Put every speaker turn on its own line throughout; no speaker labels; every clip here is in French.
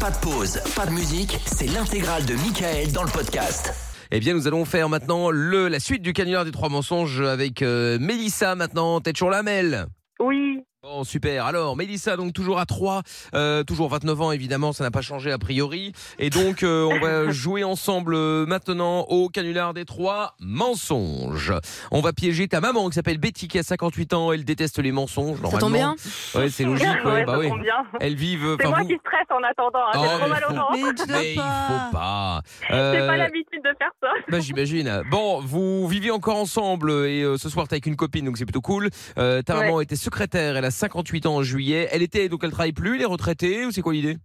Pas de pause, pas de musique, c'est l'intégrale de Michael dans le podcast.
Eh bien, nous allons faire maintenant le, la suite du canular des trois mensonges avec euh, Mélissa maintenant. T'es toujours là, Mel
Oui,
Bon, super. Alors, Mélissa, donc toujours à 3, toujours 29 ans, évidemment, ça n'a pas changé a priori. Et donc, euh, on va jouer ensemble euh, maintenant au canular des trois mensonges. On va piéger ta maman qui s'appelle Betty, qui a 58 ans, elle déteste les mensonges.
Ça tombe
normalement.
bien.
Ouais, c'est logique, ouais,
Ouais,
bah
ça
oui.
tombe bien.
Elles vivent.
C'est
enfin,
moi
vous-
qui stresse en attendant, hein.
Oh,
j'ai trop
mais
mal
faut-
au ventre.
Mais tu dois
Mais il
pas.
faut pas.
J'ai
Euh,
pas l'habitude de faire ça.
Bah j'imagine. Bon, vous vivez encore ensemble et euh, ce soir t'es avec une copine donc c'est plutôt cool. Euh, ta
Ouais.
maman était secrétaire, elle a 58 ans en juillet. Elle était donc elle travaille plus, elle est retraitée ou c'est quoi l'idée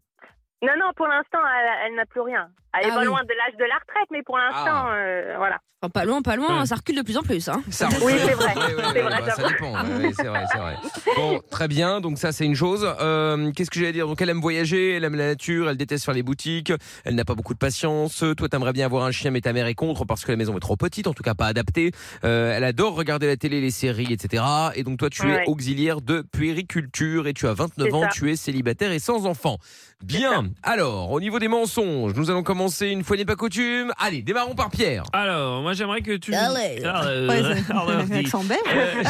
Non, non, pour l'instant, elle, elle n'a plus rien. Elle est
Ah
pas
oui.
loin de l'âge de la retraite, mais pour l'instant, euh, voilà.
Enfin, Oh, pas loin, pas loin,
Ouais.
ça recule de plus en plus. Hein.
Ça
Oui,
retraite.
c'est vrai.
Ouais, ouais,
C'est
ouais,
vrai,
bah, ça
j'avoue.
dépend. Ouais, ouais, c'est vrai, c'est vrai. Bon, très bien. Donc ça c'est une chose. Euh, Qu'est-ce que j'allais dire Donc elle aime voyager, elle aime la nature, elle déteste faire les boutiques, elle n'a pas beaucoup de patience. Toi t'aimerais bien avoir un chien mais ta mère est contre parce que la maison est trop petite, en tout cas pas adaptée. Euh, elle adore regarder la télé, les séries, etc. Et donc toi, tu
Ouais.
es auxiliaire de puériculture et tu as 29
C'est
ans,
ça.
tu es célibataire et sans enfant. Bien. Alors, au niveau des mensonges, nous allons commencer une fois n'est pas coutume. Allez, démarrons par Pierre.
Alors, moi j'aimerais que tu.
Allez.
Alors, alors, dis. Euh,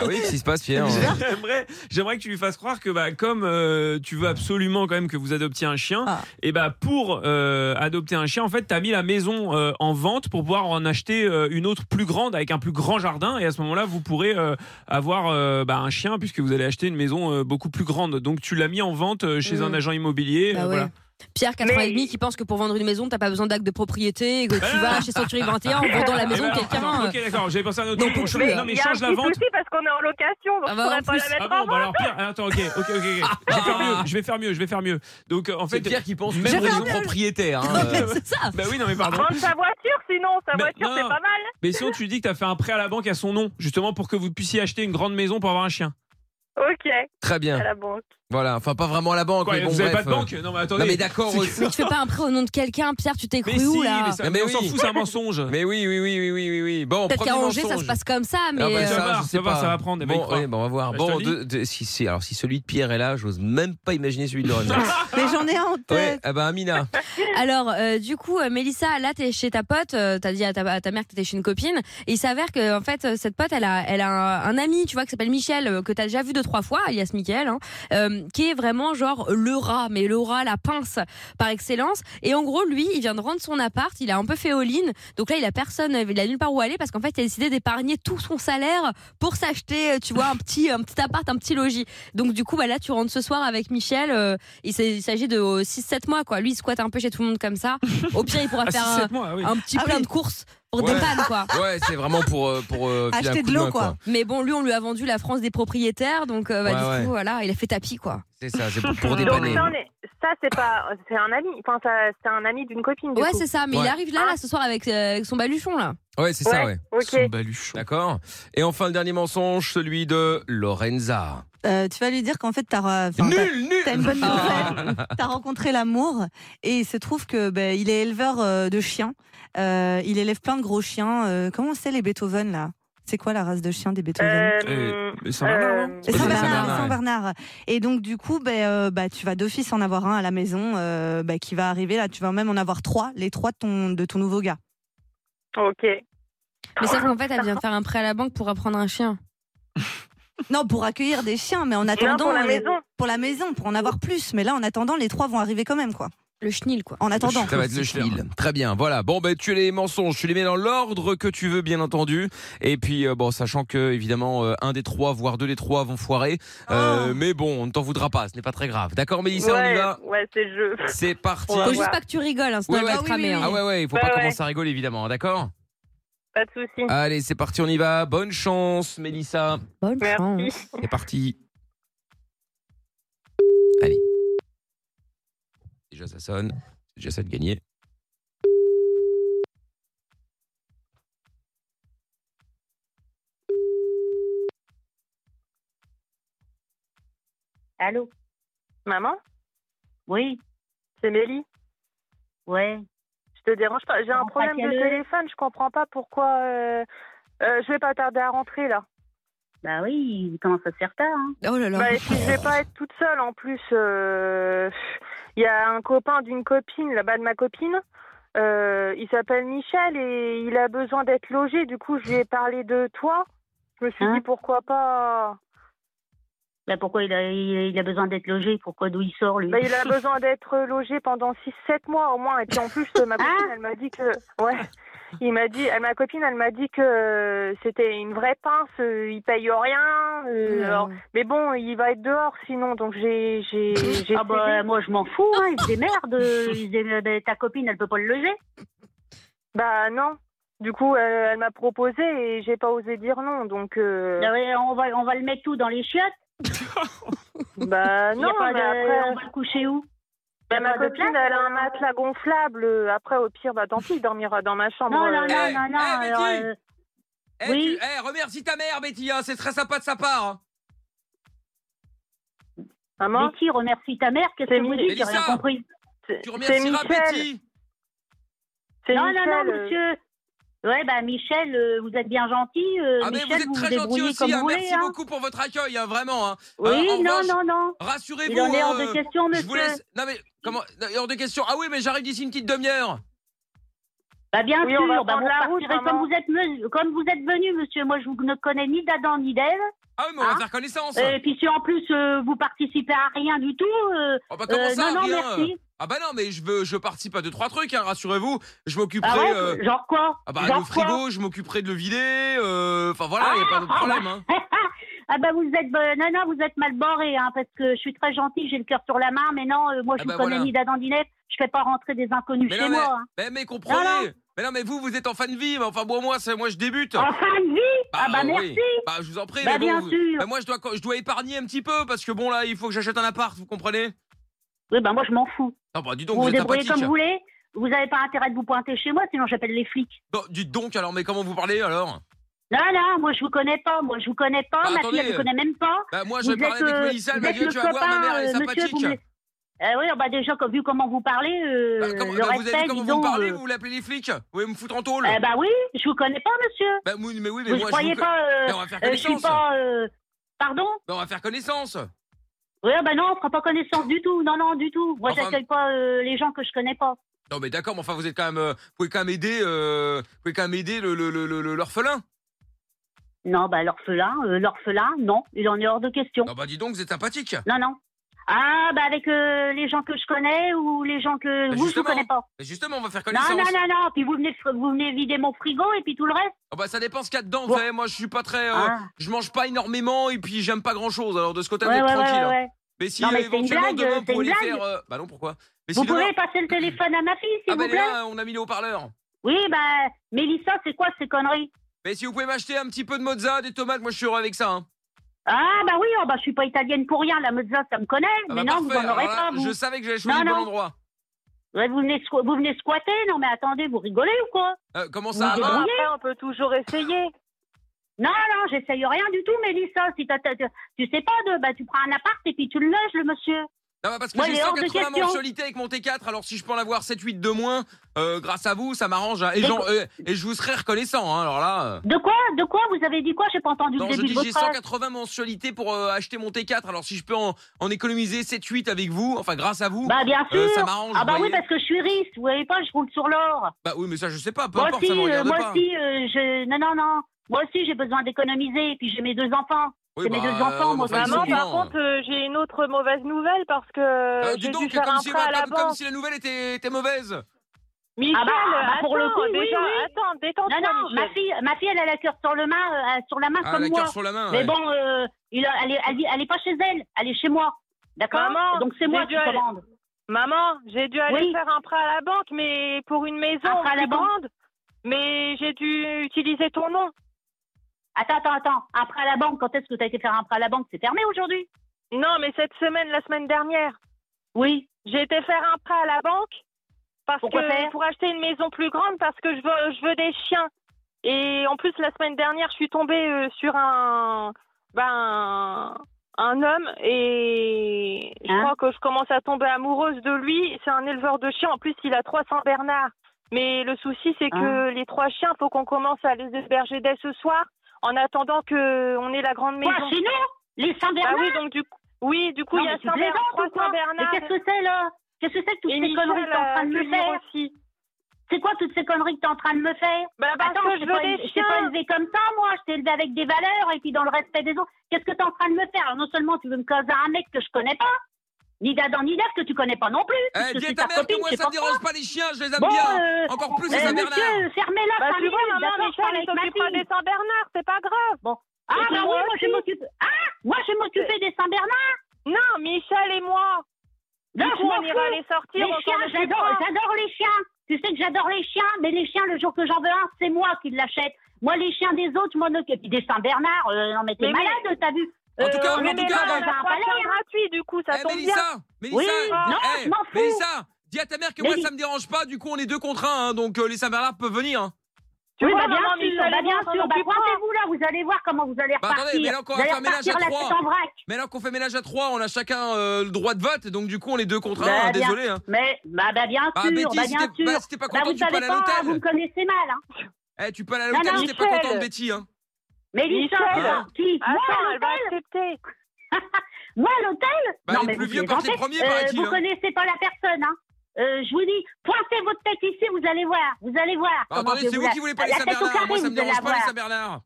Ah oui, qu'est-ce qui se passe, Pierre
j'aimerais, j'aimerais que tu lui fasses croire que bah, comme euh, tu veux absolument quand même que vous adoptiez un chien,
Ah.
et bah pour euh, adopter un chien, en fait, t'as mis la maison euh, en vente pour pouvoir en acheter euh, une autre plus grande avec un plus grand jardin, et à ce moment-là, vous pourrez euh, avoir euh, bah, un chien puisque vous allez acheter une maison euh, beaucoup plus grande. Donc tu l'as mis en vente euh, chez
Mm.
un agent immobilier.
Bah
euh,
ouais.
voilà.
Pierre, 4 ans et
Mais-
demi, qui pense que pour vendre une maison, t'as pas besoin d'acte de propriété et que tu vas chez Century 21 en vendant la
Eh
maison
ben,
de
attends,
quelqu'un. euh.
Ok, d'accord, j'avais pensé à un autre
Non,
truc.
pour
Franchement,
plus,
Non,
Il
mais
y a un
change la
petit
vente.
souci parce qu'on est en location, donc
Ah
je
bah, en
pourrais pas
plus.
la
Ah
mettre en
bon, bah
vente.
alors Pierre, attends, ok, ok, ok, ok. Je vais faire mieux, je vais faire mieux, je vais faire mieux. Donc euh, en
Ah. C'est
fait,
Pierre qui pense
J'ai
même
fait
aux
un
propriétaires. hein.
Ah, mais c'est ça.
bah oui, non mais
Ah
pardon.
Vendre sa voiture, sinon, sa
Mais
voiture,
non.
c'est pas mal.
Mais sinon, tu dis que t'as fait un prêt à la banque à son nom, justement pour que vous puissiez acheter une grande maison pour avoir un chien.
Ok, Ah,
Très
à
bien.
la banque.
Voilà. Enfin, pas vraiment à la banque.
Quoi,
mais bon,
vous avez pas
bref,
de banque Non mais
euh,
attendez.
Non, mais d'accord.
C'est-
aussi.
Mais tu fais pas un prêt au nom de quelqu'un, Pierre, tu t'es
Mais
cru
si,
où là
mais, ça-
Mais
mais on
oui.
s'en fout, c'est un mensonge.
Mais oui, oui, oui, oui, oui, oui, oui. Bon,
Peut-être
premier
qu'à Angers, ça se
mensonge.
passe comme ça, mais.
Ah bah,
euh,
ça va,
je sais
ça va,
pas.
ça va prendre, eh ben,
Bon,
il croit.
ouais, bah, on va voir.
Bah, je
Bon,
te le
de- de- si, si, alors si celui de Pierre est là, j'ose même pas imaginer celui de Lorenzo.
Mais j'en ai un en
ouais,
tête.
ah bah Amina.
Alors, euh, du coup, euh, Mélissa, là, t'es chez ta pote. euh, t'as dit à ta, à ta mère que t'étais chez une copine. Et il s'avère que, en fait, euh, cette pote, elle a, elle a un, un ami, tu vois, qui s'appelle Michel, euh, que t'as déjà vu deux trois fois, alias Michael, hein, euh, qui est vraiment genre le rat, mais le rat, la pince par excellence. Et en gros, lui, il vient de rendre son appart. Il a un peu fait all-in. Donc là, il a personne, il a nulle part où aller parce qu'en fait, il a décidé d'épargner tout son salaire pour s'acheter, euh, tu vois, un petit, un petit appart, un petit logis. Donc du coup, bah là, tu rentres ce soir avec Michel. euh, il s'est- il s'agit de euh, 6-7 mois, quoi. Lui, il squatte un peu chez tout le monde comme ça. Au pire, il pourra
Ah,
faire
six,
un,
sept mois, ah oui.
un petit
Ah
plein
oui.
de courses pour
Ouais.
des pannes, quoi.
Ouais, c'est vraiment pour euh, pour euh, filer un
Acheter
coup
de l'eau,
main,
quoi.
Mais bon, lui, on lui a vendu la France des propriétaires, donc euh, bah,
Ouais,
du
ouais.
coup, voilà, il a fait tapis, quoi.
C'est ça, c'est pour, pour
Donc,
dépanner.
ça, on est- ça, c'est pas. C'est un ami. Enfin, ça- c'est un ami d'une copine. Du
ouais,
coup.
c'est ça. Mais
Ouais.
il arrive là, là, ce soir, avec, euh, avec son baluchon, là.
Ouais, c'est ça, ouais.
Ok.
D'accord. Et enfin le dernier mensonge, celui de Lorenza.
Euh, tu vas lui dire qu'en fait, t'as re- enfin, t'as-
Nul, Ah. nul.
t'as une bonne nouvelle. T'as rencontré l'amour et il se trouve que ben, il est éleveur euh, de chiens. Euh, il élève plein de gros chiens. Euh, comment c'est les Beethoven là C'est quoi la race de chien des Beethoven
Euh,
Mais ça va,
euh,
non
Saint
Saint-Bernard,
Bernard,
ouais.
Saint Bernard. Et donc du coup, ben, euh, bah, tu vas d'office en avoir un à la maison euh, bah, qui va arriver là. Tu vas même en avoir trois, les trois de ton, de ton nouveau gars.
Ok.
Mais sauf qu'en fait, elle vient de faire un prêt à la banque pour apprendre un chien.
Non, pour accueillir des chiens, mais en
Non,
attendant euh,
pour la
euh,
les-
maison.
pour la maison, pour en avoir plus. Mais là, en attendant, les trois vont arriver quand même, quoi.
Le chenil, quoi.
En attendant.
Ça va être le
C'est clair.
chenil. Très bien. Voilà. Bon, ben tu as les mensonges, tu les mets dans l'ordre que tu veux, bien entendu. Et puis, euh, bon, sachant que évidemment, euh, un des trois, voire deux des trois, vont foirer. Euh, Mais bon, on ne t'en voudra pas. Ce n'est pas très grave. D'accord, Mélissa, on y
ouais,
va.
ouais, c'est le jeu.
C'est parti.
On va
Faut
Ouais.
juste pas que tu rigoles, hein, sinon
Ouais,
elle
ouais,
va te
Ah oui,
cramer,
oui, oui.
hein.
Ah ouais, ouais. Il faut
Ouais,
pas
ouais.
commencer à rigoler, évidemment. hein, D'accord.
Pas de souci.
Allez, c'est parti, on y va. Bonne chance, Mélissa.
Bonne chance.
Merci.
C'est parti. Allez. Déjà, ça sonne. C'est Déjà, ça de gagner.
Allô
Maman,
Oui,
c'est Mélie.
ouais.
Je te dérange pas. J'ai un
Non, pas
problème de
calé.
téléphone. Je comprends pas pourquoi. euh, euh, je vais pas tarder à rentrer là.
Bah oui, il commence à se faire tard. Hein.
Oh là là.
Bah, et puis, je vais pas être toute seule en plus. euh, Il y a un copain d'une copine, là-bas de ma copine. Euh, il s'appelle Michel et il a besoin d'être logé. Du coup, je lui ai parlé de toi. Je me suis
Hein
dit pourquoi pas.
Bah, pourquoi il a, il, il a besoin d'être logé Pourquoi d'où il sort, lui
Bah, il a besoin d'être logé pendant 6-7 mois au moins. Et puis en plus,
Ah.
ma copine, elle m'a dit que. Ouais. Il m'a dit, ma copine, elle m'a dit que euh, c'était une vraie pince, euh, il paye rien.
Hmm.
euh, alors- mais bon, il va être dehors sinon, donc j'ai, j'ai, j'ai
Ah bah,
essayé.
moi, je m'en fous, hein, il se démerde. euh, il se démerde. Bah, Ta copine, elle peut pas le loger.
Bah non. Du coup, euh, elle m'a proposé et j'ai pas osé dire non. Donc, euh,
Ah ouais, on, va, on va le mettre tout dans les chiottes.
bah
Il y a
non,
pas
mais
de-
après,
on va le coucher où
bah,
Il y a
ma
pas de
copine,
place,
elle a un
euh,
matelas gonflable. Après, au pire, bah tant pis, il dormira dans ma chambre.
Non, non, non,
euh,
Eh,
non, non.
eh,
alors,
Betty
euh,
Eh,
Oui.
tu- eh, remercie ta mère, Betty, hein, c'est très sympa de sa part. hein.
Maman,
Betty, remercie ta mère. Qu'est-ce
C'est
que vous
Mimi.
dites J'ai rien
Mélissa.
compris.
Tu
c'est, c'est
remercieras
Michel.
Betty.
C'est
Non,
Michel.
non, non,
euh,
monsieur. Ouais, bah, Michel, euh, vous êtes bien gentil. euh,
Ah, mais
Michel,
vous êtes très gentil
débrouillez
aussi.
comme
hein,
vous voulez,
merci
hein.
beaucoup pour votre accueil, hein, vraiment. hein.
Oui,
Euh, en
non,
revanche,
non, non.
Rassurez-vous.
Il en est hors
euh,
de question,
je vous
monsieur.
laisse. Non, mais comment non, Hors de question. Ah oui, mais j'arrive d'ici une petite demi-heure.
Bah, bien
Oui, on
sûr,
va
bah,
prendre
vous
la route,
repartirez
maman.
comme vous, êtes me- comme vous êtes venu, monsieur. Moi, je vous ne connais ni d'Adam ni d'Ève.
Ah oui, mais on va
Hein
faire connaissance.
Et puis, si en plus, euh, vous participez à rien du tout. euh,
Oh, bah, comment
euh,
ça
non, non,
rien, euh
merci.
Ah bah non, mais je veux, je participe à deux trois trucs. hein, Rassurez-vous, je m'occuperai.
Ah ouais
euh,
Genre quoi
ah bah,
Genre
le
quoi
frigo, je m'occuperai de le vider. euh, Enfin voilà, il n'y a pas de
ah,
problème. hein.
Ah bah vous êtes euh, non non vous êtes mal borré hein, parce que je suis très gentille j'ai le cœur sur la main mais non euh, moi je
Ah
ne
bah
connais
voilà.
ni d'Adam ni d'Ève je fais pas rentrer des inconnus
Mais
chez
non,
moi hein.
Mais, mais comprenez.
Non, non.
Mais non, mais vous, vous êtes en fin de vie. Mais enfin, bon, moi, c'est- moi, je débute.
en fin de vie ah bah
oui.
merci
Bah, je vous en prie.
bah
mais bon,
bien
vous-
sûr
Bah, moi, je dois, je dois épargner un petit peu parce que bon, là, il faut que j'achète un appart, vous comprenez
oui bah moi je m'en fous
Non, bah, dis donc,
vous
vous,
vous
êtes
débrouillez
sympathique.
comme vous voulez vous avez pas intérêt de vous pointer chez moi sinon j'appelle les flics
Non, Bah, dites donc, alors, mais comment vous parlez alors
non non moi je vous connais pas moi je vous connais pas
Bah,
ma fille elle
attendez,
vous connaît même pas
Bah, moi,
vous
j'ai parlé avec
euh,
Mélissa, elle
vous
m'a
êtes
dit,
le
tu vas voir, ma mère, elle est
euh, monsieur,
sympathique.
vous me- Euh, oui, bah déjà, comme- vu comment vous parlez, euh,
Bah, comment-
le
bah, vous avez
respect,
vu comment
dis
vous me
donc,
parlez
euh,
Vous voulez appeler les flics Vous voulez me foutre en tôle
eh bah oui, je vous connais pas, monsieur.
Bah, mou- mais oui, mais
vous
moi, je
croyez
vous...
pas euh,
Mais on va faire
Euh, je suis
connaissance.
pas. euh, Pardon
Bah, on va faire connaissance.
Oui, ah bah non, on fera pas connaissance du tout. Non, non, du tout. Moi,
Enfin-
j'accueille pas euh, les gens que je connais pas.
Non, mais d'accord, mais enfin, vous êtes quand même, euh, vous pouvez quand même aider, euh, vous pouvez quand même aider le- le- le- le- le- l'orphelin.
Non, bah l'orphelin, euh, l'orphelin, non, il en est hors de question.
Non, bah, dis donc, vous êtes sympathique.
Non, non. Ah, bah avec euh, les gens que je connais ou les gens
Bah,
que vous, je vous
justement,
connais pas.
Mais justement, on va faire
Non,
connaissance.
non, non, non. Puis vous venez, fr- vous venez vider mon frigo et puis tout le reste.
Ah bah, ça dépend ce qu'il y a dedans, vous
Bon.
savez, moi, je suis pas très, euh,
Ah,
je mange pas énormément et puis j'aime pas grand chose. Alors, de ce côté, vous
ouais,
êtes
ouais,
tranquille.
ouais,
hein.
ouais.
Mais si
Non, mais c'est une
éventuellement
blague,
demain vous
c'est une
pouvez les
blague.
faire. euh, Bah non, pourquoi Mais
Vous
si demain-
pouvez passer le téléphone à ma fille, s'il
Ah bah
vous
elle est
plaît
là, on a mis le haut-parleur.
Oui, bah, Mélissa, c'est quoi ces conneries
Mais si vous pouvez m'acheter un petit peu de mozza, des tomates, moi je suis heureux avec ça. Hein.
Ah, bah oui, oh, bah, je suis pas italienne pour rien. La mezza, ça me connaît.
Ah
mais
bah,
non, vous
parfait.
en aurez
Alors là,
pas, vous.
Je savais que j'avais choisi
Non,
le bon
non.
endroit.
Ouais, vous, venez squ- vous venez squatter Non, mais attendez, vous rigolez ou quoi
Euh, comment ça
Oui,
ah,
bon.
après, on peut toujours essayer.
Non, non, j'essaye rien du tout, Mélissa. Si t'as- t'as- t'as- tu sais pas, de, bah, tu prends un appart et puis tu le loges, le monsieur.
Non, bah, parce que
Moi,
j'ai
il est hors de
180
question.
mensualités avec mon T4, alors si je peux en avoir 7-8 de moins, euh, grâce à vous, ça m'arrange. hein. Et,
Mais
j'en- euh, et je vous serai reconnaissant. Hein, alors là, euh.
De quoi De quoi Vous avez dit quoi J'ai pas entendu
non,
le
je
début de
dis j'ai
votre phrase.
180 mensualités pour euh, acheter mon T4, alors si je peux en, en économiser 7-8 avec vous, enfin grâce à vous,
Bah, bien sûr.
euh, ça m'arrange.
ah, bah
vous
oui,
voyez.
parce que je suis riche. Vous voyez pas, je roule sur l'or.
Bah oui, mais ça je sais pas, peu
Moi
importe,
aussi,
ça me
euh,
regarde
moi
pas.
aussi, euh, je. Non, non, non. Moi aussi, j'ai besoin d'économiser. Et puis, j'ai mes deux enfants.
Oui, bah,
j'ai mes deux enfants, moi,
enfin, ils sont
Maman, par
vivants.
contre, euh, j'ai une autre mauvaise nouvelle parce que
Euh, dis
j'ai
donc,
dû faire
comme
un
si,
prêt à la
comme- comme
banque.
si la nouvelle était, était mauvaise.
Michel,
Ah bah, ah bah,
attends,
pour le coup, oui,
déjà,
oui.
attends,
Non,
détends-toi,
non, ma
Michel.
fille, ma fille, elle a la cœur sur, le main, euh, sur la main
Ah,
comme
la
moi.
cœur sur la main.
Mais
ouais.
bon, euh, il a- elle, est, elle, vit- elle est pas chez elle, elle est chez moi. D'accord
Maman,
Donc c'est moi
j'ai
qui
dû aller-
commande.
Maman, j'ai dû aller
Oui.
faire un prêt à la banque, mais pour une maison
Un prêt à la
plus
banque.
grande. Mais j'ai dû utiliser ton nom.
Attends, attends, attends. Un prêt à la banque, quand est-ce que tu as été faire un prêt à la banque C'est fermé aujourd'hui
Non, mais cette semaine, la semaine dernière,
Oui.
j'ai été faire un prêt à la banque parce
Pourquoi
que
faire
pour acheter une maison plus grande parce que je veux, je veux des chiens. Et en plus, la semaine dernière, je suis tombée euh, sur un, ben, un homme et je
Hein
crois que je commence à tomber amoureuse de lui. C'est un éleveur de chiens. En plus, il a 300 Bernard. Mais le souci, c'est que
Hein?
les trois chiens, faut qu'on commence à les héberger dès ce soir en attendant que on ait la grande maison.
Quoi, chez nous Les
Ah
Saint-Bernard
oui, donc du coup, oui, du coup,
Non,
il y
mais
a
tu plaisantes
Saint-Bernard,
ou quoi Mais
Bernard.
qu'est-ce que c'est là Qu'est-ce que c'est que toutes
Et
ces
Michel,
conneries que t'es en train
euh,
de me
Cueillir
faire
aussi.
C'est quoi toutes ces conneries que t'es en train de me faire
Bah, parce
Attends,
que
je
je
t'ai pas,
veux
élevé-
des
je t'ai pas
chiens.
élevé comme ça, moi. Je t'ai élevé avec des valeurs et puis dans le respect des autres. Qu'est-ce que t'es en train de me faire Alors, Non seulement tu veux me causer un mec que je connais pas, ni d'Adam ni d'Ève que tu connais pas non plus.
Eh,
puisque
dis à
c'est
ta
ta
mère que
copine,
moi
c'est
ça me
pas
dérange pas les chiens, je les aime
Bon,
bien.
euh,
Encore plus
eh,
à Bernard.
monsieur, fermez-la,
Bah, tu
cinq
vois,
minutes.
maman,
D'accord, je
Michel, il
parle avec ma
s'occupera
fille.
des Saint-Bernard, c'est pas grave. Bon.
Ah,
Et
bah
puis
oui,
moi
moi je
aussi.
m'occupe. Ah, moi je m'occupais des Saint-Bernard.
Non, Michel et moi.
Non,
Du
je
coup,
m'en
on ira
fous.
les sortir.
Les
encore
chiens,
le
j'adore,
soir.
j'adore les chiens. Tu sais que j'adore les chiens, mais les chiens, le jour que j'en veux un, c'est moi qui l'achète. Moi, les chiens des autres, je m'en occupe. Et puis des Saint-Bernard, euh, non mais t'es
Mais-
malade, t'as vu
En tout cas,
on
en
est
tout
des
cas,
malades
regarde.
dans un palais, hein.
gratuit, du coup, ça
Eh,
tombe bien.
Mélissa, Mélissa,
non,
eh,
je m'en fous.
Mélissa, dis à ta mère que moi
Mélis-
ça me dérange pas, du coup on est deux contre un, hein, donc euh, les Saint-Bernard peuvent venir. hein.
Tu
oui,
vois,
bah, bien
maman,
sûr,
Michel
bah,
et
bien
moi, on s'en
sûr. Bah,
occupera.
pointez-vous là, vous allez voir comment vous allez
Bah,
repartir.
attendez, mais là, encore, on
vous
va
allez
faire ménage
repartir
à
la
trois.
tête en vrac.
Mais alors qu'on fait ménage à trois, on a chacun euh, le droit de vote, donc du coup on est deux contre
Bah,
un, hein,
bien.
désolé. hein.
Mais, bah, bah, bien sûr,
Ah, Betty,
bah,
si
bien
t'es
sûr.
bah, si t'es pas
Bah,
content,
vous
tu peux
savez
aller à
pas, vous me
l'hôtel.
connaissez mal. Hein.
Eh, tu peux aller à
Non,
l'hôtel
non,
si t'es pas
Michel.
contente, Betty. Hein.
Mais Lisa,
Michel. hein.
alors, qui Moi,
Attends,
à
elle va
l'hôtel
accepter.
Moi, à l'hôtel
Bah,
Non,
les
mais
plus
vous
vieux partent les
plaisantez.
premiers,
Euh,
paraît-il.
Vous
hein.
connaissez pas la personne, hein. Euh, je vous dis, pointez votre tête ici, vous allez voir, vous allez voir.
Bah,
comment
attendez,
je
c'est
vous
vous
la-
qui voulez pas les
la tête au
Saint-Bernard.
carré,
Moi, ça me
vous allez
dérange pas,
la
les
voir.
Saint-Bernard.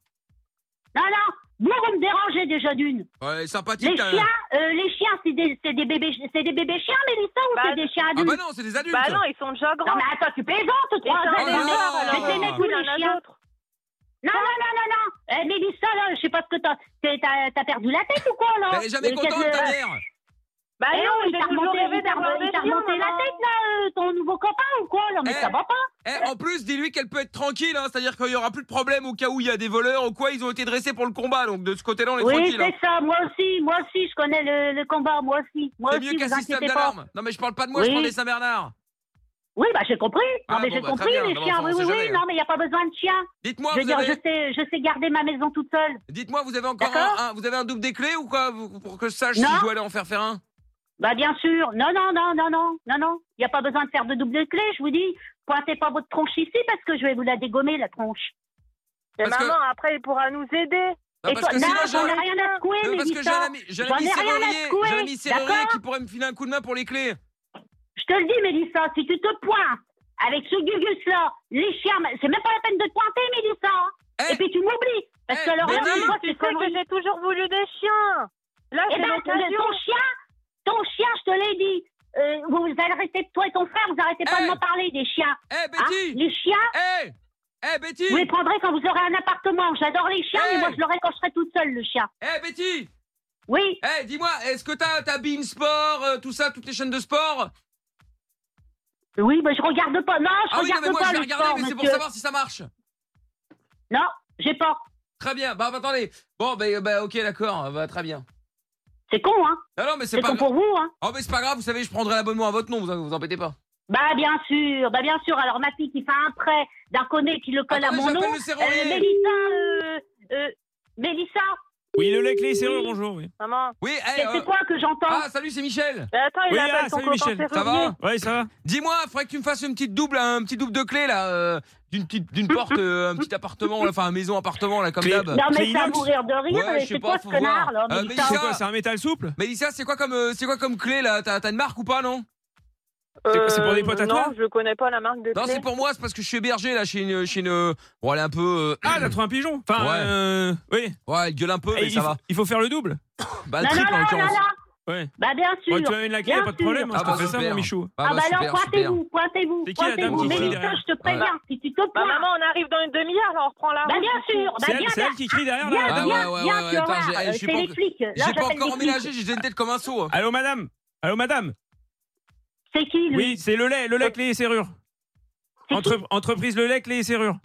Non, non, vous, vous me dérangez déjà d'une.
Ouais,
Les
sympathique. hein. quand même.
chiens, euh, les chiens, c'est des, c'est des bébés, c'est des bébés chiens, Mélissa, ou
Bah,
c'est des chiens
Ah,
adultes
bah non, c'est des adultes.
Bah non, ils sont déjà
Non,
grands.
mais attends, tu plaisantes,
Et
toi.
c'est un
des
Allez, non,
leurs,
éleveur,
alors.
Mais c'est mes
alors.
couilles,
Il y en
les
a
chiens.
d'autres.
non, non, non, non, non. Eh, Mélissa, là, je sais pas ce que t'as, t'es- t'as t'as perdu la tête ou quoi, là
Bah, Elle est jamais
Euh,
contente,
qu'est-ce que-
ta mère.
Bah
Eh
non,
oh, il
j'ai
t'a
toujours
remonté,
rêvé
il t'a
d'avoir
remonté,
des
il t'a
chiens,
remonté la
maman.
tête, là, euh, ton nouveau copain ou quoi, là Mais
Eh.
ça va pas.
Eh, en plus, dis-lui qu'elle peut être tranquille, hein, c'est-à-dire qu'il y aura plus de problème au cas où il y a des voleurs ou quoi, ils ont été dressés pour le combat, donc de ce côté-là, on est
Oui,
tranquille. hein.
c'est ça, moi aussi, moi aussi, je connais le, le combat, moi aussi. Moi
C'est
aussi,
mieux
vous
qu'un système
inquiétez pas.
d'alarme. Non, mais je parle pas de moi, je
Oui.
parle des Saint-Bernard.
Oui, bah j'ai compris.
Ah,
non, mais
bon,
j'ai
bah, très
compris,
bien.
les
Non, mais
chiens,
enfin,
oui,
on
oui,
sait
oui,
jamais, hein.
non, mais il n'y a pas besoin de chiens.
Dites-moi,
je veux
vous
dire,
avez,
je sais, je sais garder ma maison toute seule.
dites-moi, vous avez encore un,
D'accord.
un- vous avez un double des clés ou quoi, vous- pour que je sache
Non.
si je dois aller en faire faire un.
Bah bien sûr. Non, non, non, non, non, non, non. Il n'y a pas besoin de faire de double clé, je vous dis. Pointez pas votre tronche ici parce que je vais vous la dégommer, la tronche.
Mais
Parce que-
maman, après, il pourra nous aider.
Non, Bah,
Et
parce
toi,
que
non,
sinon, j'ai
j'en ai
un-
rien à secouer,
Euh, parce que j'ai un
Mélissa.
ami, j'ai un
J'en
ami
ai rien à
serrurier,
secouer,
j'ai un ami serrurier
d'accord
qui pourrait me filer un coup de main pour les clés.
Je te le dis, Mélissa, si tu te pointes avec ce gugus-là, les chiens, c'est même pas la peine de te pointer, Mélissa. hein.
Eh.
Et puis tu m'oublies. Parce
Eh,
que alors là,
Mehdi,
on voit
Tu
ces
sais que
conneries.
j'ai toujours voulu des chiens. Là,
Eh
c'est
ben,
l'occasion.
ton chien, ton chien, je te l'ai dit. Euh, vous vous arrêtez, toi et ton frère, vous arrêtez pas
Eh.
de m'en parler des chiens.
Eh,
hein.
Betty!
Les chiens,
Eh! Eh, Betty!
vous les prendrez quand vous aurez un appartement. J'adore les chiens,
Eh.
mais moi, je l'aurai quand je serai toute seule, le chien.
Eh, Betty!
Oui.
Eh, dis-moi, est-ce que t'as, t'as Bein Sport, euh, tout ça, toutes les chaînes de sport?
Oui, mais je regarde pas. Non, je
ah oui, non,
regarde
mais moi,
pas
je vais
le
regarder,
sport,
mais c'est pour
monsieur.
savoir si ça marche.
Non, j'ai pas.
Très bien, bah, bah, attendez. Bon, bah, bah, ok, d'accord, bah, très bien.
C'est con, hein.
Non, non, mais c'est
C'est
pas
con
grave.
pour vous, hein.
Oh, mais c'est pas grave, vous savez, je prendrai l'abonnement à votre nom, vous en- vous embêtez pas.
Bah bien sûr, bah bien sûr. Alors ma fille qui fait un prêt d'un conné qui le colle à
Attendez,
mon nom.
j'appelle le
Euh,
serrurier.
Mélissa, euh, euh, Mélissa,
Oui, le lait clé, c'est vrai, bonjour. Oui.
Maman.
Oui, eh,
c'est
euh,
quoi que j'entends
ah, salut, c'est Michel.
Mais attends, il
Oui,
appelle
ah,
son
salut,
copain
Michel.
Ça
serrurier.
va?
Ouais, ça va.
Dis-moi, faudrait que tu me fasses une petite double, un petit double de clé, là, euh, d'une petite, d'une porte, euh, un petit appartement, là, enfin, un maison, appartement, là, comme
Clé-
d'hab.
Non
c'est
mais ça va
inox.
mourir de rire.
Ouais,
mais
je sais
c'est
pas,
quoi
faut
ce connard là,
voir. Euh,
Mélissa
Mélissa,
C'est quoi, c'est un métal souple
Mélissa, c'est quoi comme euh, c'est quoi comme clé là T'as t'as une marque ou pas non
C'est- c'est pour des
Euh,
potes à
Non,
toi
je connais pas la marque de
Non,
clé.
c'est pour moi, c'est parce que je suis hébergé là chez une chez une. Bon, elle est un peu. euh,
Ah, t'as trouvé un pigeon Enfin,
Ouais.
euh, oui.
Ouais, elle gueule un peu,
Eh,
mais
il,
ça
faut,
va.
il faut faire le double.
Bah le triple en
Non non non non
l'occurrence.
non.
Ouais.
Bah bien sûr.
Ouais, tu m'amènes la clé,
Bien
y a pas de
sûr.
problème. hein,
Ah,
je te
bah,
fais ça,
super.
mon Michou.
Bah,
Ah
bah,
bah alors
super, super.
pointez-vous, pointez-vous,
C'est qui la dame
pointez-vous.
qui crie
Mélissa,
derrière
je te préviens. Si tu te
Ah,
Bah,
pointes,
maman, on arrive dans une demi-heure, là, on reprend la
bah
route.
bien sûr, bah
C'est
bien
elle, c'est
bien.
elle qui crie derrière
Bien,
là.
Ah, ouais,
bien,
ouais,
bien,
ouais,
tu
attends,
auras.
j'ai-
Euh,
je suis
C'est
pas
les
enc-
flics. Là,
J'ai pas
j'appelle
encore
les flics.
emménagé, j'ai une tête comme un seau. hein.
Ah.
Allô, madame Allô, madame
C'est qui lui
Oui, c'est le lait, le lait, clé et serrure.
Oh. C'est
Entre- entreprise le lait, clé et serrure.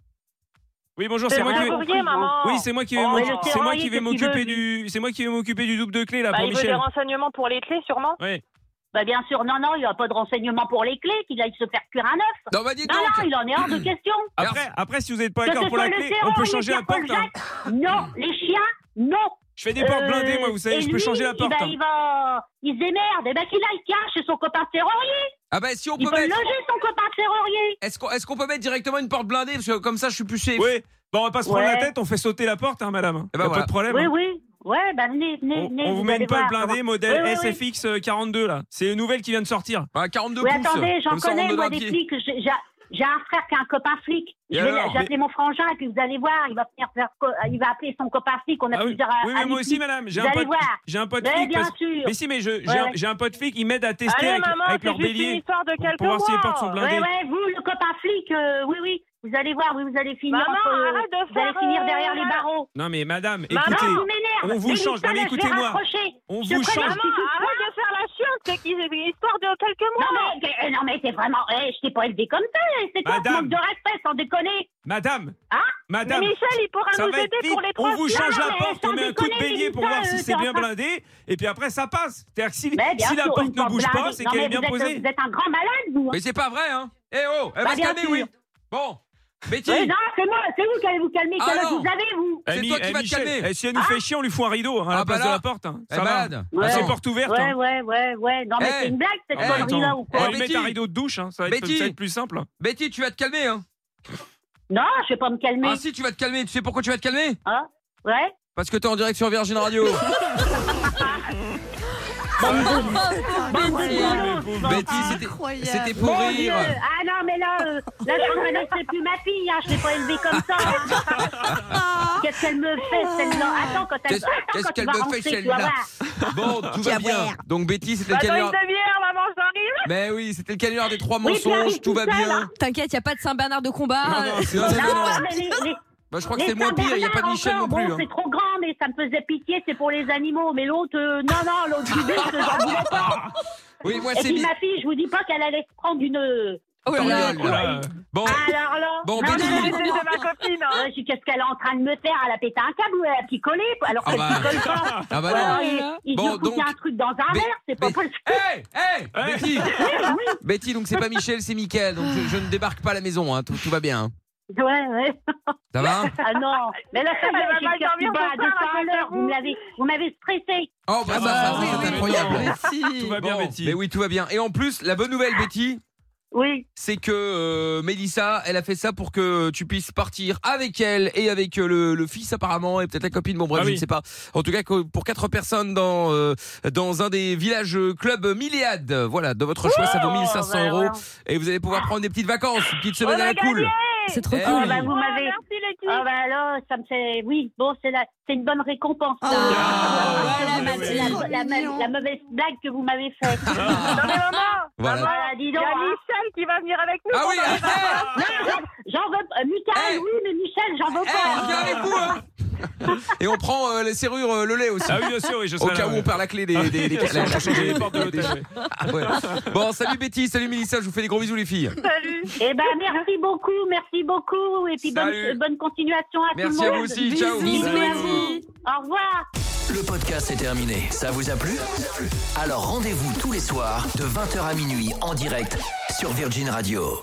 Oui, bonjour, c'est
C'est
moi qui vais.
serrurier, maman.
Oui, c'est moi qui vais
Oh,
m'occu-
mais le
c'est moi
serrurier,
qui vais
qu'est-ce qu'il
m'occuper
veut,
du c'est moi qui vais m'occuper du double de clé là
Bah,
pour
il veut des
Michel.
renseignements pour les clés, sûrement.
Ouais.
Bah bien sûr, non, non, il n'y a pas de renseignement pour les clés, qu'il aille se faire cuire un œuf.
Non, bah dis
Non,
donc.
non, il en est hors de question.
Après, après si vous n'êtes pas
Que
d'accord
ce
pour la
soit le
clé, on
terror,
peut
le
changer la
Pierre-Paul
porte. hein.
Non, les chiens, non.
Je fais des portes
Euh,
blindées moi, vous savez,
et
je peux
lui,
changer la
il
porte.
va-
hein.
Il va, il se démerde. Eh ben qu'il aille cache chez son copain serrurier.
Ah bah si on
Il
peut
peut
mettre.
loger son copain serrurier.
Est-ce qu'on est-ce qu'on peut mettre directement une porte blindée parce que comme ça je suis plus safe.
Oui. Bon, on va pas se prendre la
Ouais.
tête, on fait sauter la porte hein, madame.
Eh ben
Y a
voilà.
Pas de problème.
Oui,
hein.
oui. Ouais, bah venez, venez,
On,
venez.
on vous met
allez
une pompe
voir
blindée
comment-
modèle
Oui, oui, oui.
SFX euh, 42 là. C'est une nouvelle qui vient de sortir.
Ah, 42
Oui,
pouces.
hein.
attendez, j'en
Comme ça, on
connais,
rentre
moi,
dedans
des
le pied.
flics. J'ai j'ai- j'ai un frère qui a un copain flic.
Et
Je vais
alors,
j'ai appelé mon frangin et puis vous allez voir, il va, venir faire co- il va appeler son copain flic. On a
Ah oui,
plusieurs euh,
oui mais
amis
moi aussi,
flics.
madame. J'ai
Vous
un
allez
pote,
voir.
j'ai un pote
Mais
flic.
bien
parce-
sûr.
Mais si, mais je- j'ai
Ouais,
un-
ouais.
j'ai un pote flic, il m'aide à tester
Allez,
avec,
maman,
avec
c'est
leur
juste une
bélier.
histoire de
pour- pour
quelques
voir s'il
mois.
porte son blindé.
Ouais, ouais, vous, le copain flic, euh, oui, oui. Vous allez voir, oui, vous allez finir.
Maman,
entre-
arrête de
vous allez
faire,
finir
euh,
derrière les
la-
barreaux.
Non, mais madame,
Maman,
écoutez.
non, vous
on
m'énerve.
vous
Mélissa,
change. Non, mais
là, je vais
écoutez-moi.
raccrocher.
On
Je
vous
connais
change.
un petit
Maman,
peu
arrête de faire la chiante, c'est qu'il c'est une histoire de quelques
Non
mois. Bah,
mais, eh, non mais c'est vraiment, eh, je t'ai pas élevé comme ça, eh, c'est quoi ce
Madame.
manque de respect sans déconner
Madame.
Hein
Madame.
Mais Michel, il pourra
Ça
nous
va être
aider
vite.
pour les trois
On vous
semaines.
change la
mais
porte, on
sans
met un coup de
déconner,
bélier
Mélissa,
pour voir
euh,
si
t'es
c'est
en
bien
train-
blindé. Et puis après, ça passe. C'est-à-dire que si,
Mais bien
si la
sûr,
porte
une
ne bouge pas,
blindée.
c'est
Non,
qu'elle
mais
est bien
vous êtes-
posée.
Vous êtes un grand malade, vous.
Mais c'est pas vrai, hein Eh oh Elle
Bah,
va se
bien
calmer,
sûr.
oui Bon Betty
Eh, non, c'est moi, c'est vous qui allez vous calmer,
Ah,
quel âge
non.
vous avez, vous
C'est
Eh,
toi
Mi-
qui
eh,
vas te
Michel,
calmer.
eh, Si elle nous fait chier, on lui fout un rideau hein, à
Ah, bah
la place de
là.
la porte. hein.
Elle
Ça
est
va.
malade.
Ah, C'est
Ouais.
porte ouverte.
Ouais,
hein.
ouais, ouais, ouais. Non mais
Eh.
c'est une blague, cette
Ah,
Eh,
connerie-là,
attends.
ou
On
quoi
va lui mettre un
Betty.
rideau de douche, hein, ça va être
Betty.
peut-être plus simple.
Betty, tu vas te calmer, hein
Non, je vais pas me calmer.
Ah si, tu vas te calmer. Tu sais pourquoi tu vas te calmer
Hein Ouais
Parce que t'es en direct sur Virgin Radio. Betty, c'était-
Incroyable.
c'était pour
Mon Dieu.
rire.
Ah non, mais là, euh, là, je reconnais que c'est plus ma fille, hein. je l'ai pas élevée comme ça. hein. Qu'est-ce qu'elle me fait, celle-là Attends, quand elle,
Qu'est-ce-
attends,
qu'est-ce
quand tu
qu'elle
vas
me fait,
rentrer, tu vas
celle-là
voir.
Bon, tout va bien. Donc Betty, c'était
Bah,
le
Attends une
canular.
demi-heure, maman, j'arrive.
Mais oui, c'était le canular des trois
Oui, puis
mensonges.
arrive
Tout va
tout seul,
bien.
hein.
T'inquiète, y a pas de Saint-Bernard de combat.
Non,
Ah,
euh,
non, c'est- non, non,
Non,
non, non.
mais les, les,
Bah, je crois que
les
c'est le moins pire. Il n'y a pas de
Saint-Bernard
Michel non
encore,
plus.
bon,
hein.
c'est trop grand, mais ça me faisait pitié, c'est pour les animaux. Mais l'autre, euh, non, non, l'autre, du bus, j'en voulais pas.
Oui, moi
Et
Ah, c'est
puis
mi-
ma fille, je vous dis pas qu'elle allait se prendre une.
Oh là là.
Toriol.
Voilà.
Bon,
Alors là.
Bon,
Ah. non,
Betty.
non,
C'est
non, non.
de ma copine. hein.
Ouais, je dis, qu'est-ce qu'elle est en train de me faire Elle a pété un câble ou elle a picolé quoi, Alors
Ah
qu'elle
bah.
picole pas.
ah bah non.
Alors, il- il
Bon,
veut couper
donc-
un truc dans un
Mais-
verre, c'est pas
mais-
possible.
Hey, hey,
Ah.
Hey.
Betty. Betty, donc c'est pas Michel, c'est Michael. Donc je, je ne débarque pas à la maison. hein. Tout, tout va bien. hein.
Ouais, ouais.
Ça va hein
Ah non. Mais là, ça
Elle va
va, j'ai
mal
le cœur qui
dormir
bat à
ce soir,
200 à l'heure.
racontez-vous.
Vous me l'avez- vous m'avez stressé.
Oh, bah, ça,
Ah bah,
ça,
oui,
c'est
oui,
incroyable.
oui.
Merci.
Tout va bien,
Bon,
Betty.
Mais oui, tout va bien. Et en plus, la bonne nouvelle, Betty,
Oui.
c'est que euh, Mélissa, elle a fait ça pour que tu puisses partir avec elle et avec euh, le, le fils apparemment et peut-être la copine. Bon bref,
Ah
je
oui.
ne sais pas. En tout cas, que pour quatre personnes dans euh, dans un des villages euh, club Milléade. Voilà, de votre choix,
Oh,
ça vaut 1500
bah,
euros
voilà.
et vous allez pouvoir prendre des petites vacances, une petite
Oh,
semaine
On
à la
a
cool.
gagné.
C'est trop
Eh,
cool.
Ah bah, vous
Oh,
m'avez.
Merci l'équipe.
Ah bah là, ça me fait. Oui, bon, c'est la... c'est une bonne récompense.
Oh,
Ah,
voilà,
oui,
ah, La,
oui.
Mathilde.
la- la-
mignon.
la mauvaise blague que vous m'avez faite.
Ah,
Non mais maman,
Voilà.
voilà, dis
il y
donc.
a
hein.
Michel qui va venir avec nous.
Ah oui,
pendant les vacances.
eh,
Non, non, J'en veux pas. Michael,
Eh.
oui, mais Michel, j'en veux
eh, on vient
pas.
avec vous. hein. et on prend euh, les serrures, euh, le lait aussi.
Ah oui, bien sûr, oui, je
Au
serai
cas
là,
où
ouais.
on perd la clé des, des, des-
Bien sûr,
la- la-
je serai les portes de
des-
l'hôtel, ouais.
Ah, ouais. Bon, salut Betty, salut Mélissa, je vous fais des gros bisous les filles.
Salut.
Eh ben, merci beaucoup, merci beaucoup. Et puis,
Salut.
bonne, bonne continuation à
Merci
tout
à
le
vous
monde.
aussi, ciao.
Bisous,
Bisous à vous.
merci.
Au revoir.
Le podcast est terminé. Ça vous a plu Alors rendez-vous tous les soirs de 20h à minuit en direct sur Virgin Radio.